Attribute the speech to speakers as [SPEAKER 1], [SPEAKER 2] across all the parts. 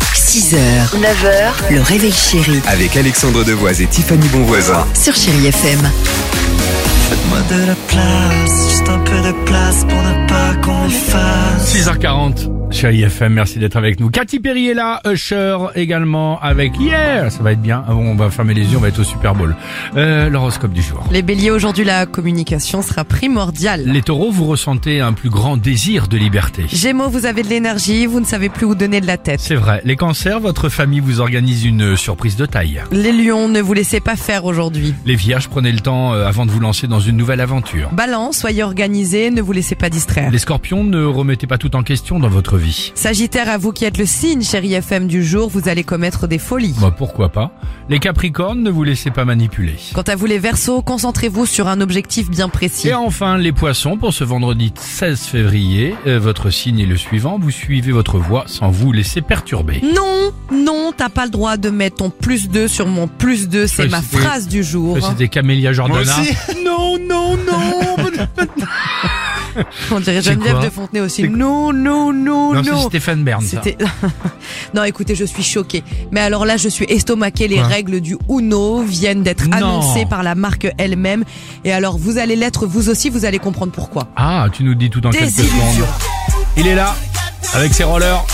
[SPEAKER 1] 6h, 9h, le réveil chéri
[SPEAKER 2] Avec Alexandre Devoise et Tiffany Bonvoisin.
[SPEAKER 1] sur Chéri FM.
[SPEAKER 3] Faites-moi de la place, juste un peu de place pour ne pas qu'on m'efface.
[SPEAKER 4] 6h40 sur IFM, merci d'être avec nous. Cathy Perry est là, Usher également avec Yeah, ça va être bien. Ah bon, on va fermer les yeux, on va être au Super Bowl. Euh, L'horoscope du jour.
[SPEAKER 5] Les béliers, aujourd'hui, la communication sera primordiale.
[SPEAKER 4] Les taureaux, vous ressentez un plus grand désir de liberté.
[SPEAKER 5] Gémeaux, vous avez de l'énergie, vous ne savez plus où donner de la tête.
[SPEAKER 4] C'est vrai. Les cancers, votre famille vous organise une surprise de taille.
[SPEAKER 5] Les lions, ne vous laissez pas faire aujourd'hui.
[SPEAKER 4] Les vierges, prenez le temps euh, avant de vous lancer dans une nouvelle aventure.
[SPEAKER 5] Balance, soyez organisé, ne vous laissez pas distraire.
[SPEAKER 4] Les scorpions, ne remettez pas tout en question dans votre vie.
[SPEAKER 5] Sagittaire, à vous qui êtes le signe, chéri FM du jour, vous allez commettre des folies.
[SPEAKER 4] Bah, pourquoi pas. Les capricornes, ne vous laissez pas manipuler.
[SPEAKER 5] Quant à vous les versos, concentrez-vous sur un objectif bien précis.
[SPEAKER 4] Et enfin, les poissons, pour ce vendredi 16 février, euh, votre signe est le suivant, vous suivez votre voie sans vous laisser perturber.
[SPEAKER 5] Non, non, t'as pas le droit de mettre ton plus 2 sur mon plus 2, c'est
[SPEAKER 4] Je
[SPEAKER 5] ma
[SPEAKER 4] sais.
[SPEAKER 5] phrase du jour.
[SPEAKER 4] Ça, Euh, C'était Camélia Jordana.
[SPEAKER 5] Non,
[SPEAKER 4] Oh
[SPEAKER 5] non, non On dirait
[SPEAKER 4] C'est
[SPEAKER 5] Geneviève
[SPEAKER 4] quoi
[SPEAKER 5] de Fontenay
[SPEAKER 4] C'est-
[SPEAKER 5] aussi. Non, non, non,
[SPEAKER 4] Non,
[SPEAKER 5] non,
[SPEAKER 4] c'est Stéphane Bern. ça.
[SPEAKER 5] C'était. non, écoutez, je suis choquée. Mais alors là, je suis estomaquée. Les
[SPEAKER 4] Quoi
[SPEAKER 5] règles du Uno viennent d'être
[SPEAKER 4] Non.
[SPEAKER 5] annoncées par la marque elle-même. Et alors, vous allez l'être vous aussi. Vous allez comprendre pourquoi.
[SPEAKER 4] Ah, tu nous dis tout dans quelques
[SPEAKER 5] Désillusion.
[SPEAKER 4] secondes. Il est là, avec ses rollers.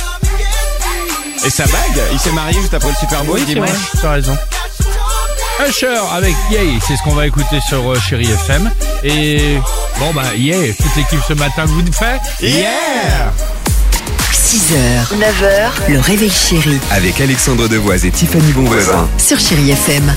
[SPEAKER 6] Et sa bague, il s'est marié juste après le Super Bowl dimanche.
[SPEAKER 4] t'as raison. Usher avec Yay, c'est ce qu'on va écouter sur euh, Chéri FM. Et bon, bah, Yay, toute l'équipe ce matin vous fait.
[SPEAKER 6] Yeah
[SPEAKER 1] 6h, 9h, le réveil chéri
[SPEAKER 2] Avec Alexandre Devoise et Tiffany Bonvoisin.
[SPEAKER 1] sur Chéri FM.